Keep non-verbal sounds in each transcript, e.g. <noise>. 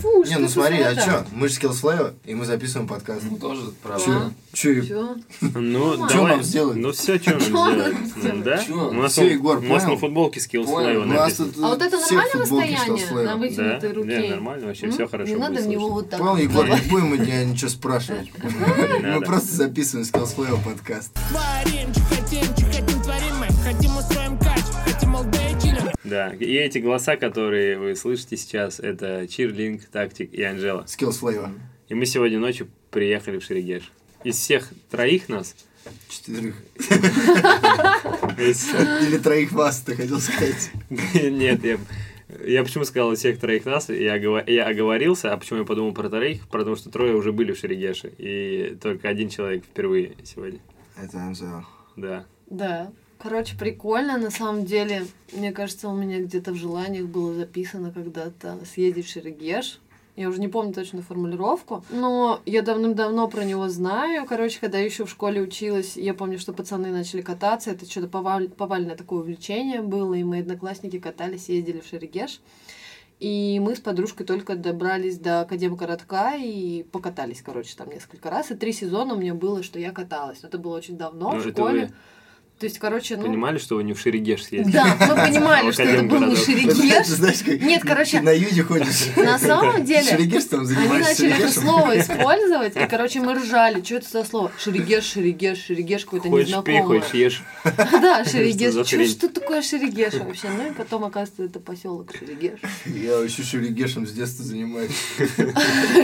Фу, Не, что ну за смотри, а сволота? чё? Мы же Skills Flavor, и мы записываем подкаст. Ну, тоже правда. Чё? Че? Че? А? Чё? Ну, Чё давай. нам сделать? Ну все, что Чё нам нам сделать? сделать? Да? Чё? У нас Всё, он- Егор, У нас на понял? футболке Skills Понял. Flavor У нас написано. тут А вот это Ну, все в нормальное футболке состояние Skills Flavor. на Да, вытянутой руке? не, нормально, вообще М? все хорошо. Не будет надо в него слышно. вот так. Понял, вот Егор, давай. не будем мы тебя <laughs> ничего спрашивать. Мы надо. просто записываем Skills Flavor подкаст. Творим, чихотим, чихотим, творим мы Хотим устроим кач, хотим all day chillin' Да, и эти голоса, которые вы слышите сейчас, это Чирлинг, Тактик и Анжела. Skills Flavor. И мы сегодня ночью приехали в Шерегеш. Из всех троих нас, Четверых. <laughs> из- <laughs> Или троих вас, ты хотел сказать. Нет, я, я почему сказал из всех троих нас, я, оговор- я оговорился, а почему я подумал про троих, потому что трое уже были в Шерегеше, и только один человек впервые сегодня. Это Анжела. Да. Да. Короче, прикольно, на самом деле. Мне кажется, у меня где-то в желаниях было записано когда-то съездить в Шерегеш. Я уже не помню точно формулировку, но я давным-давно про него знаю. Короче, когда я еще в школе училась, я помню, что пацаны начали кататься. Это что-то поваль- повальное такое увлечение было, и мои одноклассники катались, ездили в Шерегеш. И мы с подружкой только добрались до Академгородка и покатались, короче, там несколько раз. И три сезона у меня было, что я каталась. Но это было очень давно, Ну, в это школе. вы- То есть, короче, ну... Понимали, что вы не в Шерегеш съездили? Да, <laughs> мы понимали, В что это был не Академгородок. Это, Шерегеш. знаешь, как Нет, короче, ты на юге ходишь. <laughs> На самом деле, Шерегеш там они занимаешься начали это шерегешем. слово использовать, и, короче, мы ржали. Что это за слово? Шерегеш, шерегеш, шерегеш, какое-то Хочешь пей, незнакомое. хочешь ешь. <laughs> Да, Что за шерегеш. Чё- хрень? Что такое шерегеш вообще? Ну и потом, оказывается, это поселок <laughs> Шерегеш. Я вообще шерегешем с детства занимаюсь.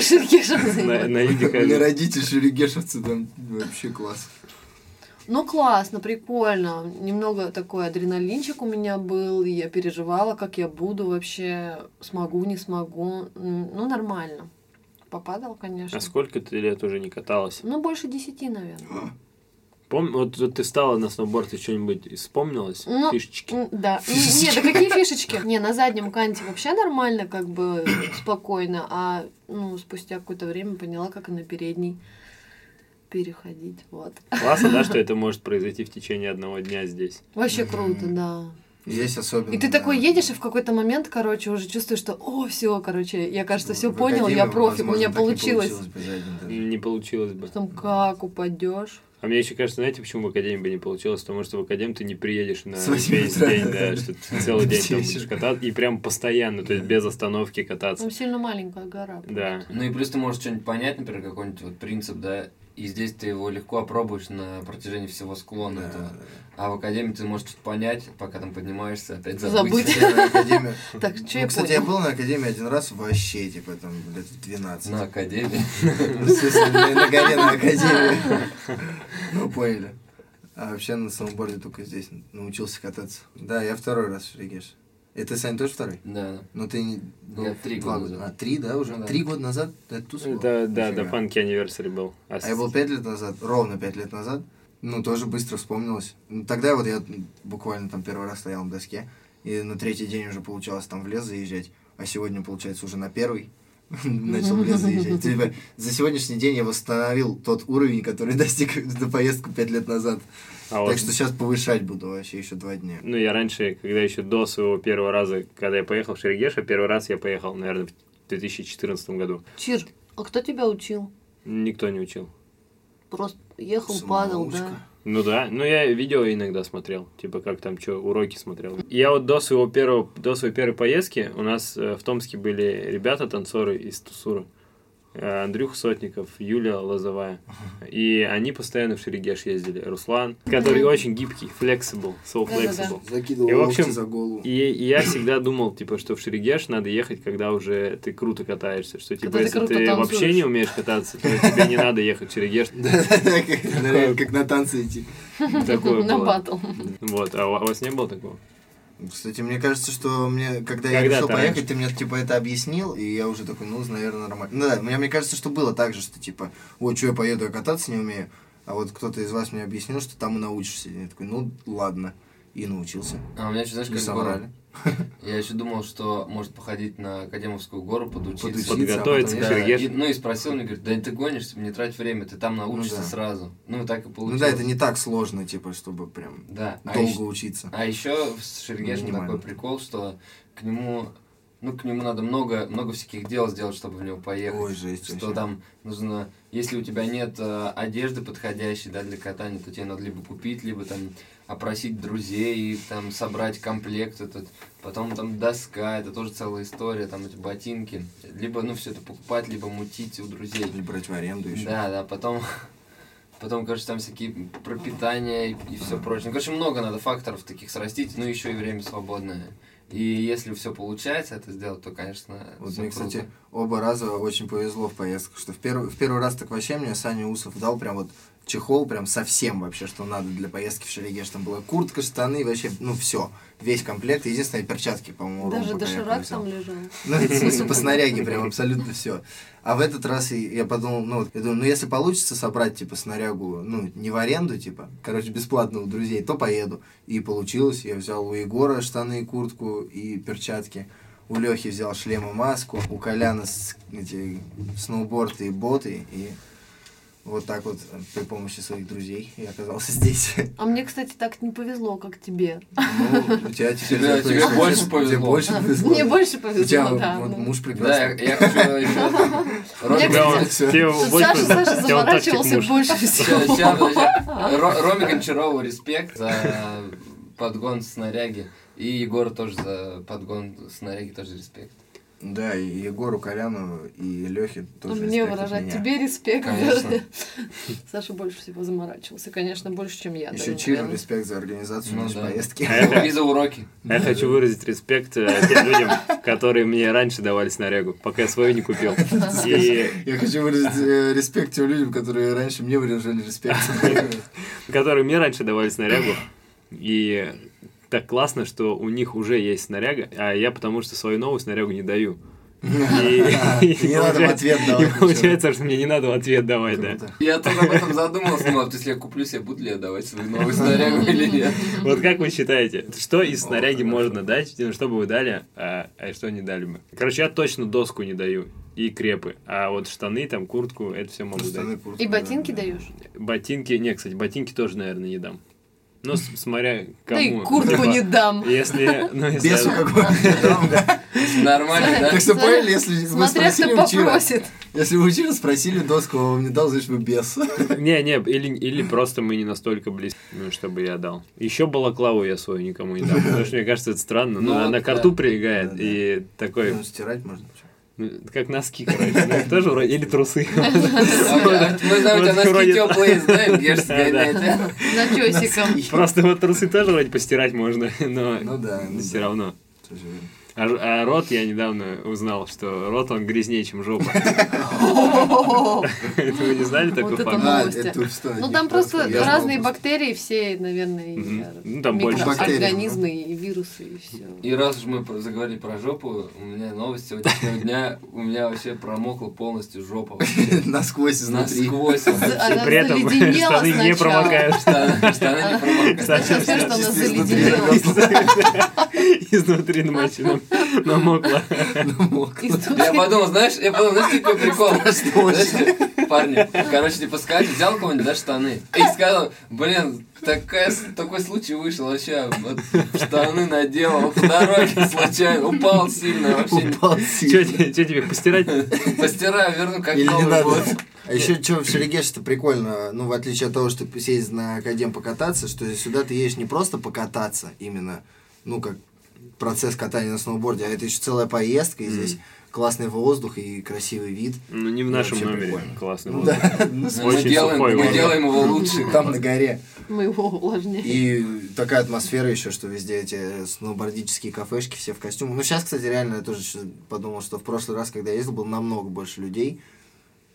Шерегешем На, занимались. на У юге, меня кажется. родители шерегешевцы, там вообще класс. Ну классно, прикольно. Немного такой адреналинчик у меня был, и я переживала, как я буду вообще, смогу, не смогу. М, Ну нормально. Попадал, конечно. А сколько ты лет уже не каталась? Ну, больше десяти, наверное. Пом... Вот вот ты встала на сноуборд, и что-нибудь вспомнилось? Ну, Фишечки. М, <laughs> Да. Н- Не, да какие фишечки? Не, на заднем канте вообще нормально, как <clears throat> бы спокойно, а ну, спустя какое-то время поняла, как и на передней переходить. Вот. Классно, да, что это может произойти в течение одного дня здесь. Вообще круто, да. Здесь особенно. И ты такой едешь, и в какой-то момент, короче, уже чувствуешь, что о, все, короче, я, кажется, все понял, я профи, у меня получилось. Не получилось бы. Потом как упадешь. А мне еще кажется, знаете, почему в Академии бы не получилось? Потому что в Академию ты не приедешь на С восьми весь утра. день, да, что ты целый день там Приедешь. будешь кататься. И прям постоянно, то есть без остановки кататься. Там сильно маленькая гора. Да. Ну и плюс ты можешь что-нибудь понять, например, какой-нибудь вот принцип, да, и здесь ты его легко опробуешь на протяжении всего склона этого. А в академии ты можешь что-то понять, пока там поднимаешься, опять Забыть. забыть. <laughs> Академия. Так, что Ну, я кстати, я понял? был на Академии один раз вообще, типа, там, лет в 12. <laughs> На академии. <laughs> Ну, в смысле, на на горе на Академии. Ну, поняли. А вообще на сноуборде только здесь научился кататься. Да, я второй раз в Шерегеше. И ты, Сань, тоже второй? Да. Ну, ты не... Я три два года А, назад. три, да, уже? Ну, да. Три года назад? Это туз был? Да, да, да, Нифига. панки anniversary был. А А я был пять лет назад, ровно пять лет назад. Ну, тоже быстро вспомнилось. Ну, тогда вот я буквально там первый раз стоял на доске, и на третий день уже получалось там в лес заезжать, а сегодня, получается, уже на первый <laughs> начал в лес заезжать. Типа, за сегодняшний день я восстановил тот уровень, который <laughs> достиг за поездку пять лет назад. А вот- Так что сейчас повышать буду вообще еще два дня. Ну, я раньше, когда еще до своего первого раза, когда я поехал в Шерегеш, а первый раз я поехал, наверное, в 2014 году. Чир, а кто тебя учил? Никто не учил. Просто ехал, падал, да? Самоучка. Ну да, ну я видео иногда смотрел, типа как там что, уроки смотрел. Я вот до своего первого, до своей первой поездки у нас э, в Томске были ребята танцоры из Тусуры. Э, Андрюха Сотников, Юля Лозовая. И они постоянно в Шерегеш ездили. Руслан, который очень гибкий, flexible, so Да-да-да. flexible. Закидывал И, в общем, локти за голову. И, и я всегда думал, типа, что в Шерегеш надо ехать, когда уже ты круто катаешься. Что, типа, Когда ты если круто ты танцуешь. вообще не умеешь кататься, то тебе не надо ехать в Шерегеш. Да-да-да, <laughs> как- наверное, как на танцы идти. <laughs> Такое На было. батл. Вот, а у у вас не было такого? Кстати, мне кажется, что мне, когда я Когда-то решил поехать, раньше. ты мне типа это объяснил, и я уже такой, ну, наверное, нормально. Ну да, мне, мне кажется, что было так же, что типа, вот что я поеду, я кататься не умею, а вот кто-то из вас мне объяснил, что там и научишься. И я такой, ну, ладно, и научился. А у меня еще, знаешь, Не как соврали. горы. Я еще думал, что может походить на Академовскую гору, подучиться. Подучиться, Подготовиться а к потом- Да, Шергеш. и- ну и спросил меня, говорит, да ты гонишься, не трать время, ты там научишься да. сразу. Ну и так и Ну получилось. да, это не так сложно, типа, чтобы прям Да. А долго ещё- учиться. А еще с Шергешем Минимально. такой прикол, что к нему ну, к нему надо много, много всяких дел сделать, чтобы в него поехать. Ой, жесть что вообще. там нужно, если у тебя нет э, одежды подходящей, да, для катания, то тебе надо либо купить, либо там опросить друзей, там собрать комплект этот, потом там доска, это тоже целая история, там эти ботинки, либо, ну, все это покупать, либо мутить у друзей. Или брать в аренду еще. Да, да, потом, <laughs> потом, короче, там всякие пропитания и, все прочее. Ну, короче, много надо факторов таких срастить, ну, еще и время свободное. И если все получается это сделать, то, конечно, Вот всё мне, круто. кстати, оба раза очень повезло в поездках, что в первый, в первый раз так вообще мне Саня Усов дал прям вот чехол прям совсем вообще, что надо для поездки в Шерегеш. Там была куртка, штаны, вообще, ну все, весь комплект. Единственное, перчатки, по-моему, Даже Ром пока я доширак взял. там лежал. Ну, в смысле, по снаряге прям абсолютно все. А в этот раз и- я подумал, ну, вот, я думаю, ну, если получится собрать, типа, снарягу, ну, не в аренду, типа, короче, бесплатно у друзей, то поеду. И получилось, я взял у Егора штаны и куртку и перчатки. У Лехи взял шлем и маску, у Коляна с- эти сноуборды и боты, и вот так вот э, при помощи своих друзей я оказался <laughs> здесь. А мне, кстати, так не повезло, как тебе. Ну, у тебя теперь Тебе- зато тебе еще- больше Тебе повезло. больше повезло. Мне больше У тебя повезло, да. вот ну. муж прекрасный. Да, я, я хочу <laughs> еще... Мне, Да, он- кстати, всё. тебе Тут больше- Саша, Саша тебе он тактик заморачивался муж. больше Ща- ща, всего. подожди. Ро- Роме Гончарову респект за подгон снаряги. И Егору тоже за подгон снаряги тоже респект. Да, и Егору, Коляну и Лехе Ну, тоже Мне респект от выражать меня. тебе респект. Конечно. Саша больше всего заморачивался, конечно, больше, чем я. Еще даже, Чиру наверное. респект за организацию Ну нашей да. поездки. <laughs> И за уроки. А Я хочу выразить респект э, тем людям, которые мне раньше давали снарягу, пока я свою не купил. И Я хочу выразить э, респект тем людям, которые раньше мне выражали <laughs> респект. которые мне раньше давали снарягу. И так классно, что у них уже есть снаряга, а я потому что свою новую снарягу не даю. <laughs> И, Не надо в получается- ответ и давать. получается, что мне не надо в ответ давать, да. Круто. Я тоже об этом задумался, но вот если я куплю себе, буду ли я давать свою новую снарягу или нет. Вот как вы считаете, что из О, снаряги хорошо. можно дать, ну, что бы вы дали, а, а что не дали бы? Короче, я точно доску не даю и крепы, а вот штаны, там, куртку, это все могу дать. Штаны, куртку, И ботинки да. даешь? Ботинки, не, кстати, ботинки тоже, наверное, не дам. Ну, с- смотря Да и кому. куртку Типа, <laughs> не дам. Если, ну, если- Бесу какой-то дам, <laughs> да. Нормально, да? Так что поняли, если вы Смотря спросили кто у Чира, попросит. если вы у Чира спросили доску, он вам не дал, значит вы бес. Не, не, или, или просто мы не настолько близки, ну, чтобы я дал. Еще балаклаву я свою никому не дам, потому что мне кажется, это странно, Ну, но она вот, к рту да. прилегает, Да-да. и такой, Ну, стирать можно. ну, это как носки, короче, ну, это тоже вроде, или трусы. А у тебя- Мы знаем, у тебя Вот носки вроде- теплые, знаем, где же Да, да. сгоняет. На чесиком. Просто вот трусы тоже вроде постирать можно, но Ну да, ну все да. равно. Тоже верно. А, ж- а рот я недавно узнал, что рот он грязнее, чем жопа. <laughs> Это Вы не знали такой Вот это факт? А, новости. это что? Ну не там просто я знал разные просто. бактерии все, наверное, и Мгм. э, Ну, там больше микроорганизмы и вирусы и все. И раз уж мы про- заговорили про жопу, у меня новость сегодняшнего дня, у меня вообще промокла полностью жопа. вообще. <laughs> Насквозь изнутри. Насквозь. вообще. Она При этом <laughs> заледенела штаны не сначала. промокают. Штаны штаны не промокают. Совсем Совсем что она чисто изнутри заледенела. <laughs> Изнутри намочила, намокла. Намок. И тут- Я подумал, знаешь, я подумал, знаешь, какой прикол? Знаешь, Парни, короче, типа сказать, взял кого-нибудь, да, штаны. И сказал, блин, такая, такой случай вышел, вообще, вот, штаны наделал, по дороге случайно, упал сильно, вообще, <laughs> Упал Че сильно. тебе, постирать? постираю, верну, как Или не новый надо. год. А еще что в Шерегеше-то прикольно, ну, в отличие от того, что съездить на Академ покататься, что сюда ты едешь не просто покататься именно, ну, как процесс катания на сноуборде, а это еще целая поездка, и здесь классный воздух и красивый вид. Ну, не в нашем Вообще номере. прикольно. Классный Ну воздух. да, <laughs> ну, Ну, Мы Очень делаем, сухой мы воздух. делаем его лучше. там на горе. Мы его увлажняем. И такая атмосфера еще, что везде эти э, сноубордические кафешки, все в костюмах. Ну, сейчас, кстати, реально я тоже щас подумал, что в прошлый раз, когда я ездил, было намного больше людей.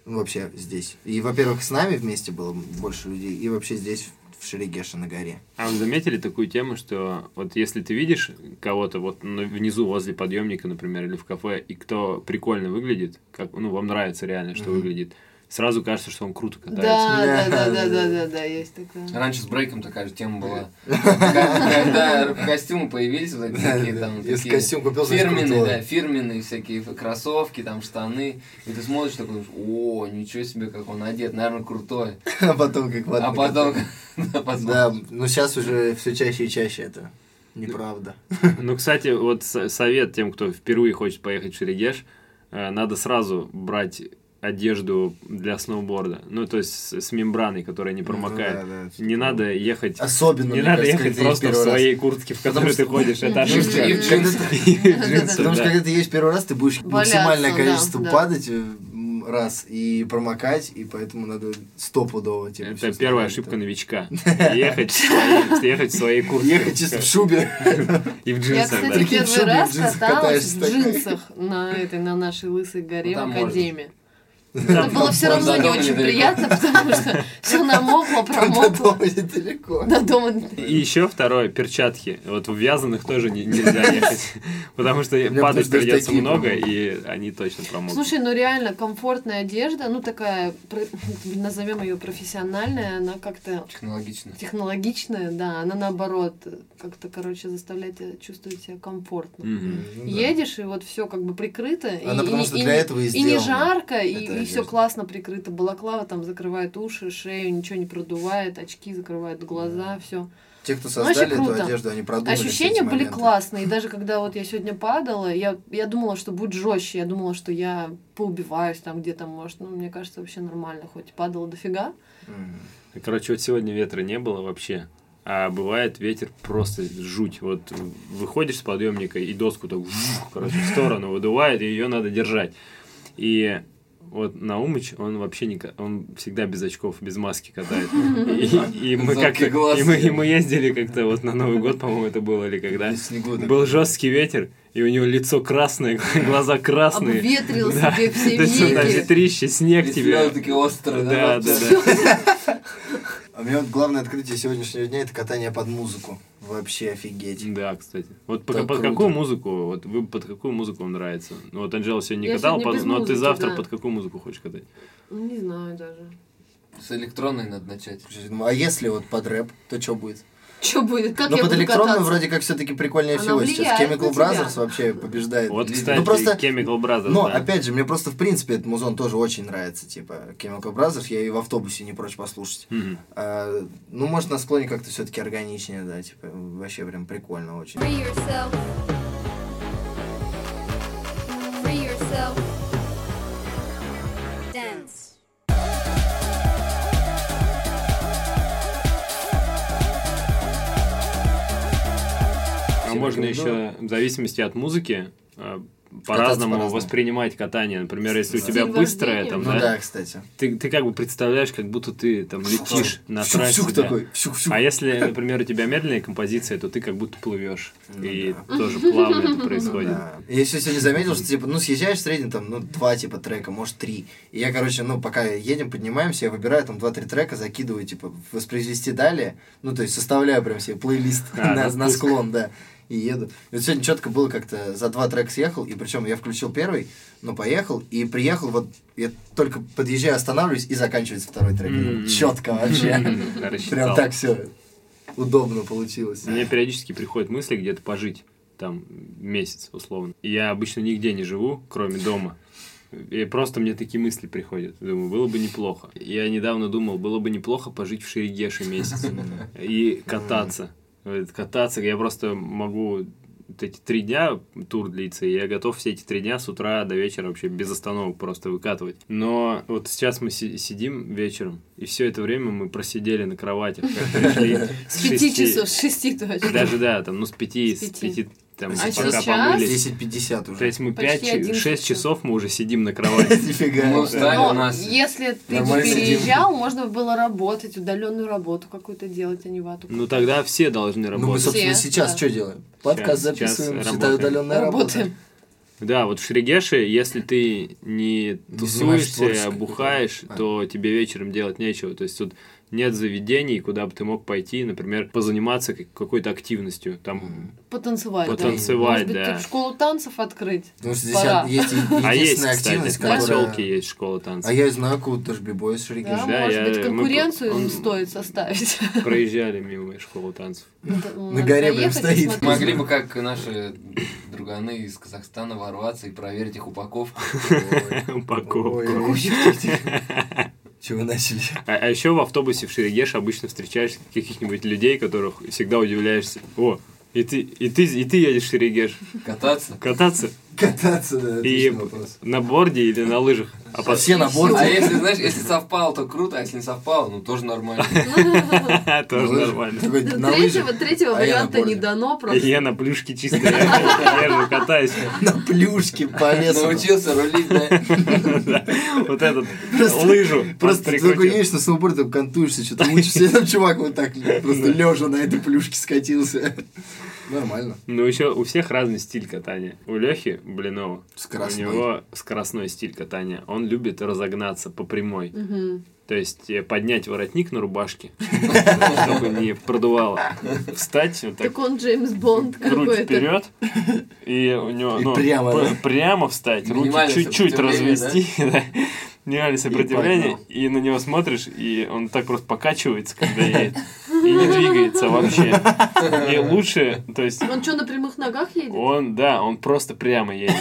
Ну, вообще здесь. И, во-первых, с нами вместе было больше людей, и вообще здесь, в Шерегеше на горе. А вы заметили такую тему, что вот если ты видишь кого-то вот на- внизу возле подъемника, например, или в кафе, и кто прикольно выглядит, как ну вам нравится реально, что выглядит, сразу кажется, что он круто катается. Да, да, да, да, да, да, да, есть такая. Раньше с брейком такая же тема была. Когда костюмы появились, вот эти всякие там Если такие Э, костюм купил, значит, Фирменные, крутой. да, фирменные всякие кроссовки, там штаны. И ты смотришь такой, думаешь, о, ничего себе, как он одет, наверное, крутой. <laughs> А потом как А ватный потом, <laughs> каток. а потом- ну, Да, но сейчас уже все чаще и чаще это Неправда. Ну, кстати, вот с- совет тем, кто впервые хочет поехать в Шерегеш, э, надо сразу брать одежду для сноуборда. Ну, то есть с, с мембраной, которая не промокает. Ну, да, да, да. Не надо ехать... Особенно, не мне надо кажется, ехать когда ты едешь просто в первый раз. своей куртке, в которой ты ходишь. Это Потому Потому что- И ошибка. в джинсы. когда ты- <laughs> И в джинсы, Потому что да. когда ты едешь первый раз, ты будешь Валяться, максимальное да, количество да. падать э, м, раз и промокать, и поэтому надо стопудово типа, всё Это снимать, первая да. <laughs> ошибка новичка. Ехать в своей- ехать в своей Ехать куртке чисто в шубе. <laughs> <laughs> и в Я, джинсах, да. <laughs> кстати, Прикинь, в первый шубе и в раз джинсах каталась катаешься в такая. джинсах на этой, на нашей лысой горе Ну, в там академии. Там Это было все там равно до не дома очень недалеко. приятно, потому что все намокло, промокло. Дома недалеко. До дома И еще второе, перчатки. Вот в вязаных тоже не- нельзя <laughs> ехать, потому что меня падать потому что придется такие много, промокли. и они точно промокнут. Слушай, ну реально комфортная одежда, ну такая, про- назовем ее профессиональная, она как-то Технологично. технологичная, да, она наоборот э, как-то, короче, заставляет тебя чувствовать себя комфортно. Мгм. Ну да. Едешь, и вот все как бы прикрыто. и- Она и, потому что и- для этого и и не сделана. жарко, и, эта все одежда. классно прикрыто. Балаклава там закрывает уши, шею, ничего не продувает, очки закрывают глаза, все. Те, кто Ну, вообще создали эту круто. одежду, они продумали все эти Ощущения были моменты. классные. И даже когда вот я сегодня падала, я, я думала, что будет жестче. Я думала, что я поубиваюсь там где-то, может. Ну, мне кажется, вообще нормально. Хоть и падала дофига. Мгм. Короче, вот сегодня ветра не было вообще. А бывает ветер просто жуть. Вот выходишь с подъемника и доску так вжух, короче, в сторону выдувает, и ее надо держать. И вот Наумыч, он вообще не... ка- Он всегда без очков, без маски катает. И, и мы Замкни как-то... глаз. И мы, и мы ездили как-то вот на Новый год, по-моему, это было, или когда... И в снегу так. Был жесткий ветер, и у него лицо красное, <laughs> глаза красные. Обветрил <laughs> себе все То есть он там веки. ветрище, снег Если надо, тебе. такие острые, Да, да, вот да. так. А у меня вот главное открытие сегодняшнего дня это катание под музыку. Вообще офигеть. Да, кстати. Вот по- Так под круто. какую музыку, вот вы под какую музыку вам нравится? Ну вот Анжела сегодня не Я катал, сегодня под- без но ты музыки, завтра да. под какую музыку хочешь катать? Ну, не знаю даже. С электронной надо начать. А если вот под рэп, то что будет? Что будет? Как Но я под буду электронную кататься? вроде как все-таки прикольнее Она всего сейчас. влияет на Chemical тебя. Brothers вообще побеждает. Вот, Ну, кстати, просто Chemical Brothers, Но, да. опять же, мне просто, в принципе, этот музон тоже очень нравится, типа, Chemical Brothers, я и в автобусе не прочь послушать. Мгм. А, ну, может, на склоне как-то все таки органичнее, да, типа, вообще прям прикольно очень. Free yourself. Free yourself. Dance. А Всем А можно рекомендую. еще, в зависимости от музыки, э, по-разному по-разному. воспринимать катание. Например, если у Да. тебя Стиль быстрое, вождения. там, Ну да, да, кстати. ты, ты как бы представляешь, как будто ты там летишь на Щук-щук трассе. да. такой, щук-щук. А если, например, у тебя медленная композиция, то ты как будто плывешь. Ну И да. Ну тоже плавно это происходит. Да. Я еще сегодня заметил, что типа, ну, съезжаешь в среднем там, ну, два типа трека, может, три. И я, короче, ну, пока едем, поднимаемся, я выбираю там два-три трека, закидываю, типа, воспроизвести далее. Ну, то есть составляю прям себе плейлист А, <laughs> на, на на спуск. склон, да. И еду. И вот сегодня четко было как-то за два трека съехал, и причем я включил первый, но поехал, и приехал, вот я только подъезжаю, останавливаюсь, и заканчивается второй трек. М. Четко вообще. Прям Рассчитал. так все удобно получилось. У меня периодически приходят мысли где-то пожить, там, месяц условно. И Я обычно нигде не живу, кроме дома. И просто мне такие мысли приходят. Думаю, было бы неплохо. Я недавно думал, было бы неплохо пожить в Шерегеше месяц и кататься. Вот Кататься, я просто могу вот эти три дня тур длится, и я готов все эти три дня с утра до вечера вообще без остановок просто выкатывать. Но вот сейчас мы си- сидим вечером, и все это время мы просидели <laughs> на кроватях. как пришли С пяти часов, с шести точно. даже да, там, ну, с пяти, С с пяти. пяти, там, А пока сейчас? помылись. 10.50 уже. То есть мы Почти 11 5-6 часов. часов мы уже сидим на кровати. <laughs> Нифига. Ну, Да. Правильно, Но у нас если ты нормально сидим. переезжал, можно было работать, удаленную работу какую-то делать, а не вату. Ну, тогда все должны Ну, мы, работать. собственно, Все, сейчас да. что делаем? Подкаст Щас- щас записываем, считай, работаем. удаленная работа. Работаем. Да, вот в Шригеше, если ты не занимаешься тусуешься, творчеством бухаешь, какой-то. А. то тебе вечером делать нечего. То есть тут нет заведений, куда бы ты мог пойти, например, позаниматься как- какой-то активностью, там, Потанцевать. да. потанцевать, Может быть, да. так школу танцев открыть. Потому что здесь Пора. есть е- <laughs> А есть, единственная кстати, активность, в которая... поселке есть школа танцев. А я знаю кого-то тоже бибой с Да, Шригеша. <laughs> Да, может я- быть, мы- конкуренцию он- стоит <laughs> составить. Проезжали мимо школы танцев. На горе прям стоит. Могли бы, как наши друганы из Казахстана, ворваться и проверить их упаковку. Упаковку. <laughs> Чего вы начали? <laughs> А, еще в автобусе в Шерегеше обычно встречаешь каких-нибудь людей, которых всегда удивляешься. О, И ты, и ты, и ты едешь в Шерегеш Кататься? кататься Кататься, да, и отличный вопрос. на борде или на лыжах. А потом- Все на борт. А если, знаешь, если совпало, то круто, а если не совпало, ну тоже <laughs> нормально. <laughs> Тоже нормально. Такой, на лыжах, Ну, Третьего, третьего а я на варианта не борде. дано И просто. Я на плюшке чисто езжу, катаюсь. на <laughs> плюшке по Ну, лесу. Научился рулить, да? Да. Вот этот лыжу. Просто ты такой прикрутил. едешь на сноуборд, там контуешься, что-то мучишься. И там чувак вот <laughs> так просто лежа на этой плюшке скатился. <laughs> Нормально. Ну, еще у всех разный стиль катания. У Лехи Блинова, у Скоростной. него скоростной стиль катания. Он любит разогнаться по прямой. Мгм. То есть э, поднять воротник на рубашке, чтобы не продувало. Встать вот так, Так он Джеймс Бонд грудь какой-то. вперед, и у него И ну, прямо, п- да? прямо встать, руки Минимальное чуть-чуть сопротивление, развести. <laughs> да. Минимальное сопротивление, погнал. и на него смотришь, и он так просто покачивается, когда едет, и не двигается вообще. И лучше, то есть Он что, на прямых ногах едет? он, да, он просто прямо едет.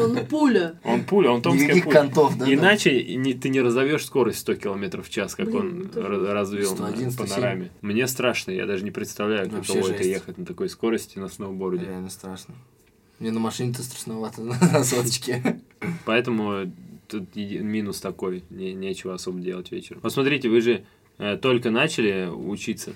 Он пуля. Он пуля, он томская Никаких пуля. контов, да? да? Иначе и не- ты не разовьешь скорость 100 километров в час, как Блин, он это ра- развил на 101, 107. панораме. Мне страшно, я даже не представляю, Вообще каково это жесть. ехать на такой скорости на сноуборде. Реально страшно. Мне на машине-то страшновато, <laughs> на соточке. Поэтому тут еди- минус такой, не- нечего особо делать вечером. Вот смотрите, вы же э, только начали учиться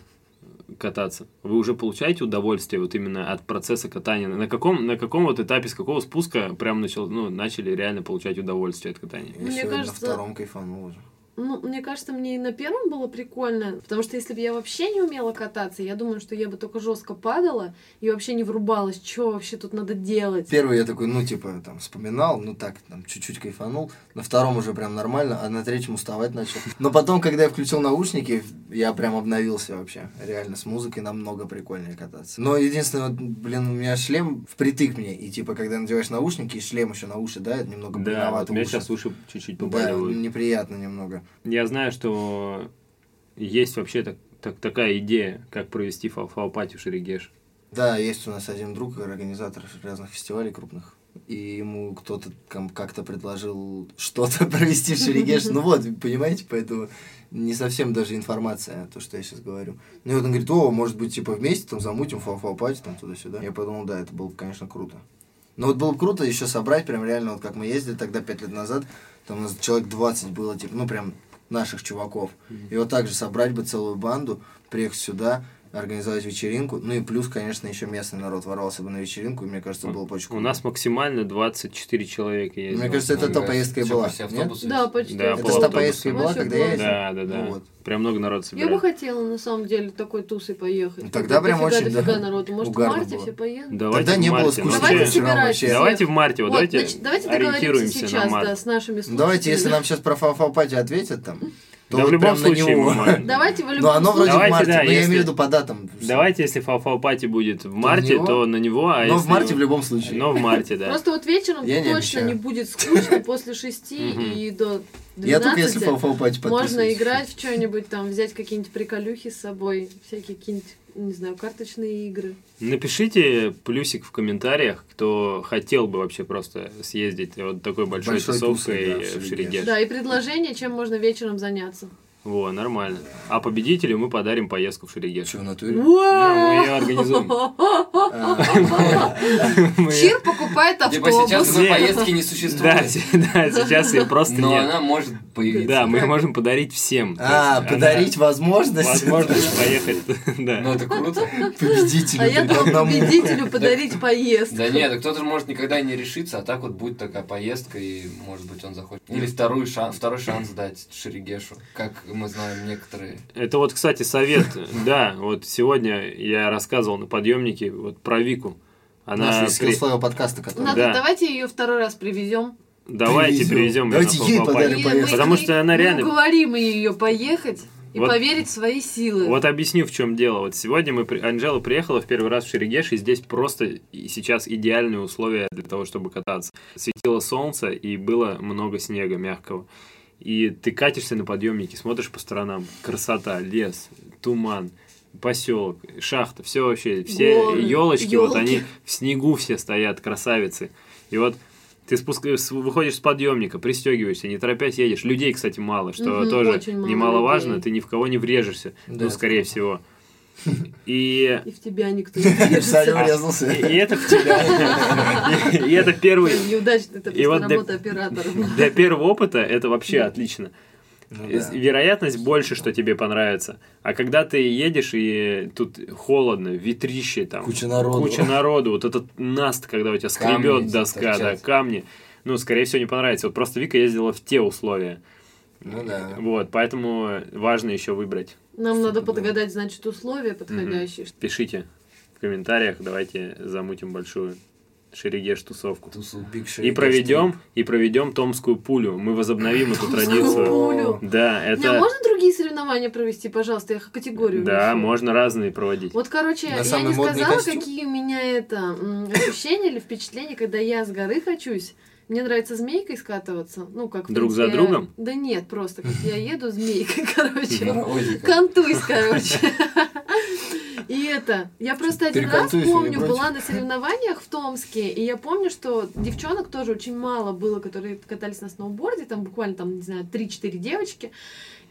э, кататься. Вы уже получаете удовольствие вот именно от процесса катания. На каком, на каком вот этапе, с какого спуска прям начал, ну, начали реально получать удовольствие от катания? Я Мне сегодня на кажется- втором кайфанул уже. Ну, мне кажется, мне и на первом было прикольно, потому что если бы я вообще не умела кататься, я думаю, что я бы только жестко падала и вообще не врубалась, что вообще тут надо делать. Первый я такой, ну, типа, там, вспоминал, ну, так, там, чуть-чуть кайфанул. На втором уже прям нормально, а на третьем уставать начал. Но потом, когда я включил наушники, я прям обновился вообще. Реально, с музыкой намного прикольнее кататься. Но единственное, вот, блин, у меня шлем впритык мне. И, типа, когда надеваешь наушники, и шлем еще на уши, да, это немного Да, вот больновато у меня уши. сейчас уши чуть-чуть Да, побаливают. неприятно немного. Я знаю, что есть вообще так, так- такая идея, как провести фа- фаупати в Шерегеш. Да, есть у нас один друг, организатор разных фестивалей крупных. И ему кто-то там как-то предложил что-то <laughs> провести в Шерегеш. Ну вот, понимаете, поэтому не совсем даже информация, то, что я сейчас говорю. Ну и вот он говорит, о, может быть, типа вместе там замутим фау пати там туда-сюда. Я подумал, да, это было бы, конечно, круто. Но Ну, вот было бы круто еще собрать, прям реально, вот как мы ездили тогда, пять лет назад, там у нас человек 20 было, типа, ну прям наших чуваков. И вот так же собрать бы целую банду, приехать сюда, организовать вечеринку. Ну и плюс, конечно, еще местный народ ворвался бы на вечеринку, и мне кажется, было бы очень У круто. нас максимально 24 человека ездило. Мне кажется, это Ну, та да. поездка и Чё, была, почти нет? автобус Да, почти. Да, Это пол же та автобуса. поездка и была, Вообще когда было. я ездил. Да, да, да. Ну вот. Прям много народ Я бы собирает. хотела, на самом деле, такой тусой поехать. Ну, тогда Тут прям дофига, очень, да, дофига народу. Может, в угарно марте было. все поедут? Давайте Тогда в не было марте, скучно Давайте вообще. вечером собирать вообще. всех. Давайте в марте, вот, Вот, давайте, значит, давайте договоримся ориентируемся на сейчас, март. да, с нашими слушателями. Ну, давайте, если нам сейчас про фафа-пати ответят там, то Да в вот любом прям на случае него. мы <laughs> можем. Давайте вы Ну, любом оно случае. вроде в Давайте, марте, да, но я если- имею в виду по датам. Давайте, если фау пати будет в марте, него? то на него, а Но если- в марте в любом случае. Но в марте, да. Просто вот вечером Я не точно обещаю. не будет скучно после шести и до Я только если 12. фафа-пати Можно играть в что-нибудь там, взять какие-нибудь приколюхи с собой, всякие какие-нибудь, не знаю, карточные игры. Напишите плюсик в комментариях, кто хотел бы вообще просто съездить вот такой большой, Большой тусовкой тусой, да, в в Шерегеш. Шерегеш. Да, и предложение, чем можно вечером заняться. Во, нормально. А победителю мы подарим поездку в Шерегеш. Что, в натуре? Ну, мы ее Вау! организуем. А. <laughs> Мы её- Чир покупает ну, <laughs> Типа сейчас автобус. уже Нет. поездки не Да, существует. се- да, сейчас ее просто Но нет. она может появиться. Да, мы ее можем подарить всем. То А, есть подарить она- возможность <laughs> возможность поехать. Ну <laughs> Да. это круто. победителю. А я только думала одному. победителю подарить поездку. Да нет, кто-то может никогда и не решиться, а так вот будет такая поездка, и может быть он захочет. Или вторую шан- второй шанс дать Шерегешу, как мы знаем некоторые. Это вот, кстати, совет. Да, вот сегодня я рассказывал на подъемнике вот про Вику. Она Нашего при- Скиллслава подкаста, который... <laughs> Надо, Да. давайте ее второй раз привезем. Давайте Привезем. привезем её Давайте на ей Павлопарь. подарим. поехали. Потому что она реально- Мы уговорим ее поехать и Вот- поверить в свои силы. Вот объясню, в чем дело. Вот сегодня мы при- Анжела приехала в первый раз в Шерегеш, и здесь просто и сейчас идеальные условия для того, чтобы кататься. Светило солнце, и было много снега мягкого. И ты катишься на подъемнике, смотришь по сторонам. Красота, лес, туман, поселок, шахта, все вообще, все Горы, елочки, вот ёлки. они в снегу все стоят, красавицы. И вот ты спуска- с- выходишь с подъемника, пристегиваешься, не торопясь едешь. Людей, кстати, мало, что Мгм, тоже очень мало немаловажно, людей. ты ни в кого не врежешься, Да, ну, это скорее всего. И И в тебя никто не движется. Саня врезался. А и- и это в тебя. <laughs> И- И это первый... Блин, <laughs> Неудачно, это И вот просто для- работа оператора. Для первого опыта это вообще отлично. Ну Э, да. Вероятность больше, что тебе понравится. А когда ты едешь и тут холодно, ветрище там, Куча народу. куча народу, вот этот наст, когда у тебя Камни скребет эти доска, да, торчат. камни, ну, скорее всего, не понравится. Вот просто Вика ездила в те условия. Ну да. Вот, поэтому важно еще выбрать. Нам надо подгадать, значит, условия подходящие. Пишите в комментариях, давайте замутим большую шерегеш тусовку. Тусу. И проведем, и проведем томскую пулю. Мы возобновим эту традицию. Пулю. Да, Не, а это... можно другие соревнования провести, пожалуйста? Я их категорию Да, внесу. можно разные проводить. Вот, короче, На я самый не модный сказала, костюм. какие у меня это м, ощущения или впечатления, когда я с горы хочусь. Мне нравится змейкой скатываться. Ну, как в Друг за принципе, другом? Да нет, просто как я еду змейкой, <laughs> короче. Паровозика. Контусь, короче. И это, я просто один раз Перекантуюсь или помню, против? была на соревнованиях в Томске, и я помню, что девчонок тоже очень мало было, которые катались на сноуборде, там буквально, там, не знаю, 3-4 девочки.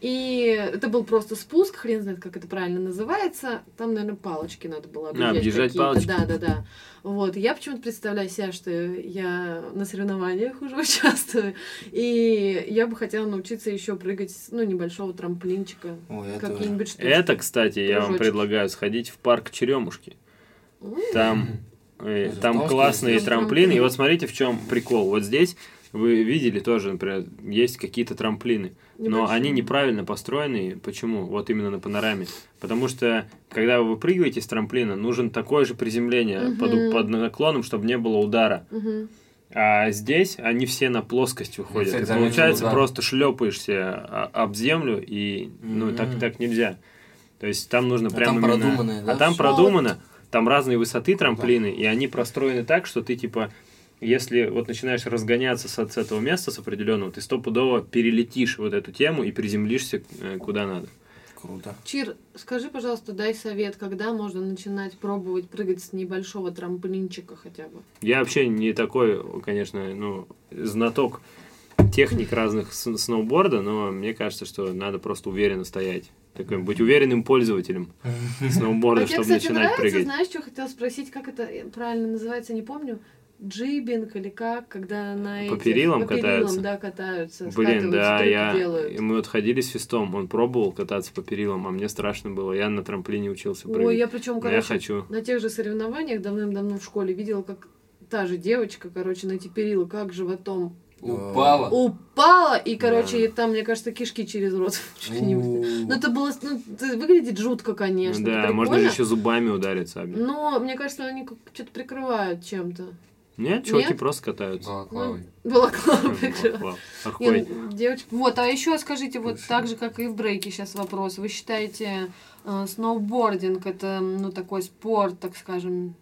И это был просто спуск, хрен знает, как это правильно называется. Там, наверное, палочки надо было объезжать. А, объезжать какие-то. палочки. Да, да, да. Вот. Я почему-то представляю себя, что я на соревнованиях уже <laughs> участвую. И я бы хотела научиться еще прыгать с ну, небольшого трамплинчика. Ой, я тоже. Какие-нибудь штуки. Это, кстати, я вам Кружочки. предлагаю сходить в парк Черемушки. Там, э, Это там там, классные что ли? трамплины. И вот смотрите, в чем прикол. Вот здесь вы видели тоже, например, есть какие-то трамплины. Но Небольшие. они неправильно построены. Почему? Вот именно на панораме. Потому что, когда вы выпрыгиваете с трамплина, нужен такое же приземление под, у- Мгм. под наклоном, чтобы не было удара. Мгм. А здесь они все на плоскость выходят. Кстати, И заметил, получается, да. просто шлепаешься а, об землю, и ну Мгм. так, так нельзя. То есть там нужно А прямо там именно- продуманное, да, А там всё? продумано, там разные высоты трамплины, и они простроены так, что ты типа, если вот начинаешь разгоняться с, с этого места, с определенного, ты стопудово перелетишь вот эту тему и приземлишься э, куда надо. Круто. Чир, скажи, пожалуйста, дай совет, когда можно начинать пробовать прыгать с небольшого трамплинчика хотя бы. Я вообще не такой, конечно, ну, знаток техник разных с- сноуборда, но мне кажется, что надо просто уверенно стоять. Таким, быть уверенным пользователем сноуборда, а тебе, чтобы кстати, начинать нравится, прыгать. знаешь, что хотела спросить, как это э, правильно называется, не помню. Джибинг или как, когда на По этих- перилам по перилам, катаются? да, катаются. Блин, скатываются, да, трюки я... делают. Мы вот ходили с Фистом, он пробовал кататься по перилам, а мне страшно было. Я на трамплине учился прыгать. Ой, я причем, Но короче, я хочу. на тех же соревнованиях давным-давно в школе видела, как та же девочка, короче, на эти перила, как животом Упала. упала, и, короче, Да. ей там, мне кажется, кишки через рот <laughs> вышли. Ну, Ну, это было, ну, это выглядит жутко, Ну конечно. да, прикольно. Ну, можно же еще зубами удариться. об- Но мне кажется, они что-то прикрывают чем-то. Нет, чуваки Нет? просто <laughs> катаются. ну, Балаклавой. <laughs> Балаклава М, прикрывает. вау, Не, Охуеть. ну, девочки. Вот, а еще скажите, вот так же, как и в брейке сейчас вопрос. Вы считаете, э, сноубординг это, ну, такой спорт, так скажем,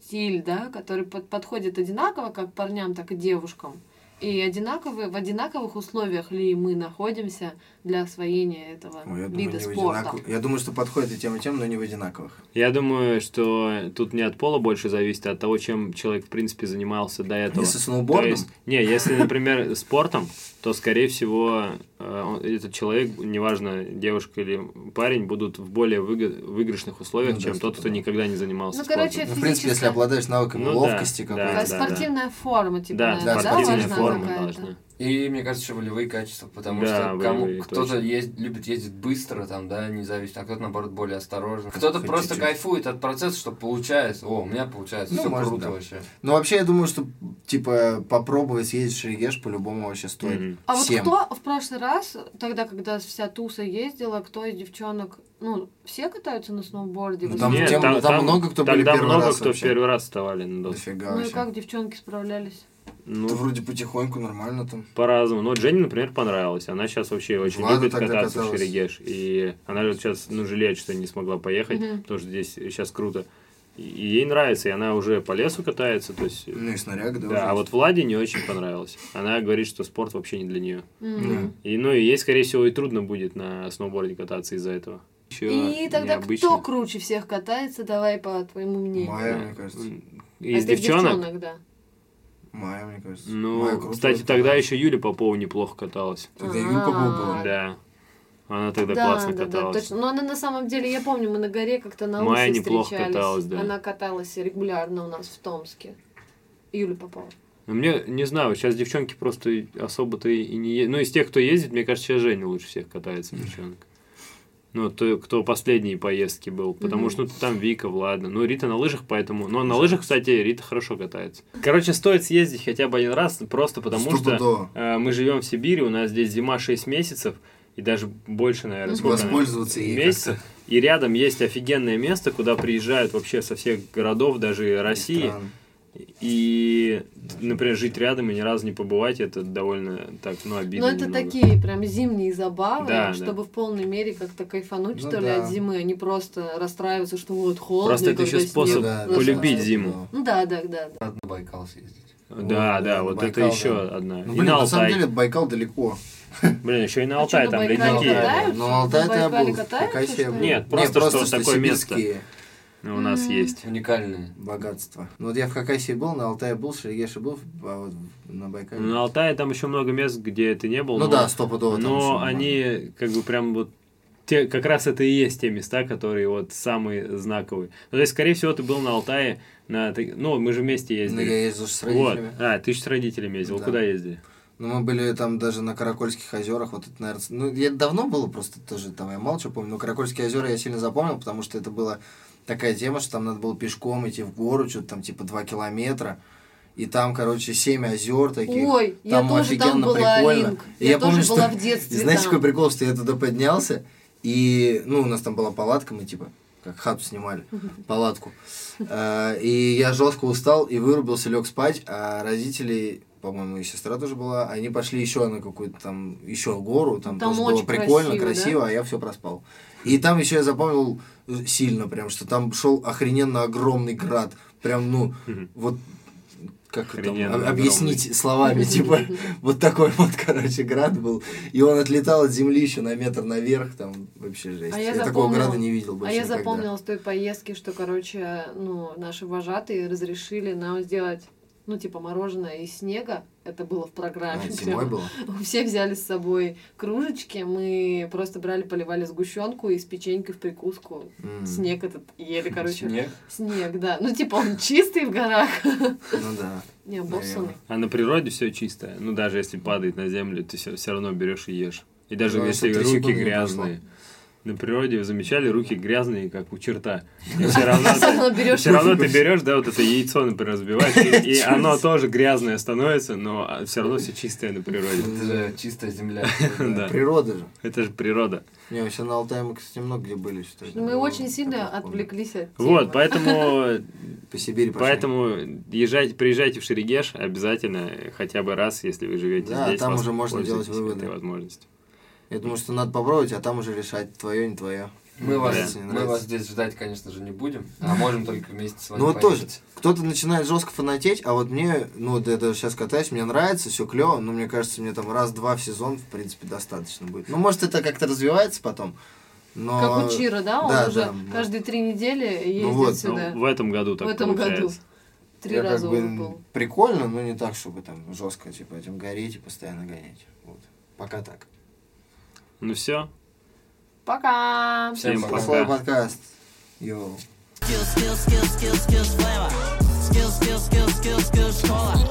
стиль, да, который под- подходит одинаково как парням, так и девушкам? И одинаковые, в одинаковых условиях ли мы находимся для освоения этого Ой, я, думаю, вида не в спорта? одинаковых. я думаю, что подходит и тем, и тем, но не в одинаковых. Я думаю, что тут не от пола больше зависит, а от того, чем человек, в принципе, занимался до этого. Если сноубордом, То есть, не, если, например, спортом, то, скорее всего, э, он- этот человек, неважно, девушка или парень, будут в более выго- выигрышных условиях, Ну да, чем тот, кто стопудово. никогда не занимался Ну, спортом. короче, ну, в принципе, если физическое. обладаешь навыками Ну да, ловкости да, Такая какой-то. да, спортивная форма, типа, да, наверное, да, спортивная важна форма какая-то? должна. И мне кажется, еще волевые качества, потому Да, что кому- волевые, кто-то точно. ез- любит ездить быстро, там, да, независимо, а кто-то наоборот более осторожно. Кто-то Хоть просто чуть-чуть. кайфует от процесса, что получается. О, у меня получается, Ну, все может, круто да. вообще. Ну, вообще, я думаю, что, типа, попробовать съездить в Шерегеш по-любому вообще стоит. Мгм. А вот Всем. кто в прошлый раз, тогда, когда вся туса ездила, кто из девчонок, ну, все катаются на сноуборде? Ну, Вот там это- тем- там много кто были тогда первый много раз кто вообще. в первый раз вставали на доску. Дофига Ну и вообще. как девчонки справлялись? Ну, Ты вроде потихоньку, нормально там. по-разному. Но Дженни, например, понравилась. Она сейчас вообще очень Влада любит тогда кататься в каталась. Шерегеш. И она вот сейчас, ну, жалеет, что не смогла поехать, Мгм. потому что здесь сейчас круто. И ей нравится, и она уже по лесу катается, то есть... Ну и снаряг, да. уже. Да, а вот Владе не очень понравилось. Она говорит, что спорт вообще не для нее. М. И, ну, и ей, скорее всего, и трудно будет на сноуборде кататься из-за этого. Еще И тогда необычно. кто круче всех катается, давай по твоему мнению. Майя, мне кажется. Из А девчонок? да. Майя, мне кажется. Ну, Майя круто кстати, вот тогда она. еще Юля Попова неплохо каталась. Тогда Юпа был А. был. Да. Она тогда да, классно да, да, каталась. точно. Но она на самом деле, я помню, мы на горе как-то на Майя улице неплохо встречались. каталась, да. Она каталась регулярно у нас в Томске. Юля попала. Ну, Мне, не знаю, сейчас девчонки просто и- особо-то и не ездят. Ну, из тех, кто ездит, мне кажется, сейчас Женя лучше всех катается, девчонка. Ну, то, кто последние поездки был. Потому Мгм. что, ну, там Вика, ладно. Ну, Рита на лыжах, поэтому... Но на лыжах, кстати, Рита хорошо катается. Короче, стоит съездить хотя бы один раз, просто потому что Стопудово. э, мы живем в Сибири, у нас здесь зима 6 месяцев, и даже больше, наверное, Мгм. сколько она? Воспользоваться ей месяцев. И рядом есть офигенное место, куда приезжают вообще со всех городов, даже и как-то. России. Странно. И, например, жить рядом и ни разу не побывать, это довольно так, ну, Но обидно это немного. такие прям зимние забавы, Да, да. чтобы в полной мере как-то кайфануть, Ну что ли, да. от зимы, а не просто расстраиваться, что вот холодно. Просто и это еще когда снег способ Да, да, полюбить да, зиму. Ну да, да, да, да. Надо на Байкал съездить. Да, Ну, да, на вот это Байкал, еще да. одна. Ну, и блин, на на самом Алтай. деле Байкал далеко. Блин, еще и на А Алтай чё, на там Байкале ледники. катаются? Ну, На Алтай-то я Байкале был. катаются, Какая что ли? был. Нет, просто что такое место. сибирские Ну, у нас М. есть. Уникальные. богатства. Ну, вот я в Хакасии был, на Алтае был, в Шерегеше был, а вот на Байкале. На Алтае там еще много мест, где ты не был. ну но- да, стопудово. там еще Но много. они как бы прям вот те, как раз это и есть те места, которые вот самые знаковые. Ну, то есть, скорее всего, ты был на Алтае, на, ты- ну, мы же вместе Ну, ездили. я ездил с вот. родителями. А, ты еще с родителями ездил. Да. Куда ездили? Ну, мы были там даже на Каракольских озерах, вот это, наверное, ну, я давно было просто тоже, там, я мало что помню, но Каракольские озера я сильно запомнил, потому что это была такая тема, что там надо было пешком идти в гору, что-то там, типа, два километра, и там, короче, семь озер таких. Ой, я Там тоже там офигенно была, прикольно. Линк. И Я, я тоже помню, что- была в детстве И знаете, там. какой прикол, что я туда поднялся, и, ну, у нас там была палатка, мы, типа, как хату снимали, палатку. А, И я жестко устал и вырубился, лег спать, а родители, по-моему, и сестра тоже была, они пошли еще на какую-то там, еще гору, там, Там тоже очень было прикольно, красиво, красиво, да? а я все проспал. И там еще я запомнил э, сильно прям, что там шел охрененно огромный град, прям, ну, Мгм. вот как это, Охрененно об- объяснить словами, <laughs> типа, вот такой вот, короче, град был. И он отлетал от земли еще на метр наверх, там вообще жесть. А я я такого запомнила- града не видел А больше я никогда. запомнила с той поездки, что, короче, ну, наши вожатые разрешили нам сделать, ну, типа, мороженое из снега. Это было в А, программе. прямо. зимой было? <laughs> Все взяли с собой кружечки, мы просто брали, поливали сгущенку и с печенькой в прикуску. М, Снег этот <laughs> ели, короче. Снег. Снег, да. Ну, типа, он чистый в горах, Ну да. не обоссанный. <laughs> А на природе все чисто. Ну, даже если падает на землю, ты все, равно берешь и ешь. И даже Ну, если если три руки секунды не грязные. На природе вы замечали, руки грязные, как <laughs> у черта. И все равно Всё равно ты, берёшь всё равно ты берешь, да, вот это яйцо, например, разбиваешь, и, и оно тоже грязное становится, но все равно все чистое на природе. Это же <laughs> чистая земля. Да. Природа же. Это же природа. Не, вообще на Алтае мы, кстати, много где были. Что ли. Мы Ну, очень сильно такое помню. отвлеклись от темы. <laughs> Вот, поэтому, По Сибири пошли. поэтому езжайте, приезжайте в Шерегеш обязательно хотя бы раз, если вы живете Да, здесь. там уже можно воспользуйтесь делать выводы. этой возможностью. Я думаю, что надо попробовать, а там уже решать, твое, не твое. Мы вас, Нравится, не мы нравится. вас здесь ждать, конечно же, не будем, а можем только вместе с вами Ну вот тоже, поехать. кто-то начинает жестко фанатеть, а вот мне, ну вот я даже сейчас катаюсь, мне нравится, все клево, но мне кажется, мне там раз-два в сезон, в принципе, достаточно будет. Ну, может, это как-то развивается потом, но... Как у Чира, да? Он да, уже да, да. каждые три недели ездит вот, ну, Ну, сюда. в этом году в так этом году. получается. Три Я раза как бы он был. Прикольно, но не так, чтобы там жестко, типа, этим гореть и постоянно гонять. Вот. Пока так. Ну все, Пока! всем пока. Послал пока. подкаст. Йоу. Скилл, скилл, скилл, скилл, скилл, флэва. Скилл, скилл, скилл, скилл, скилл, школа.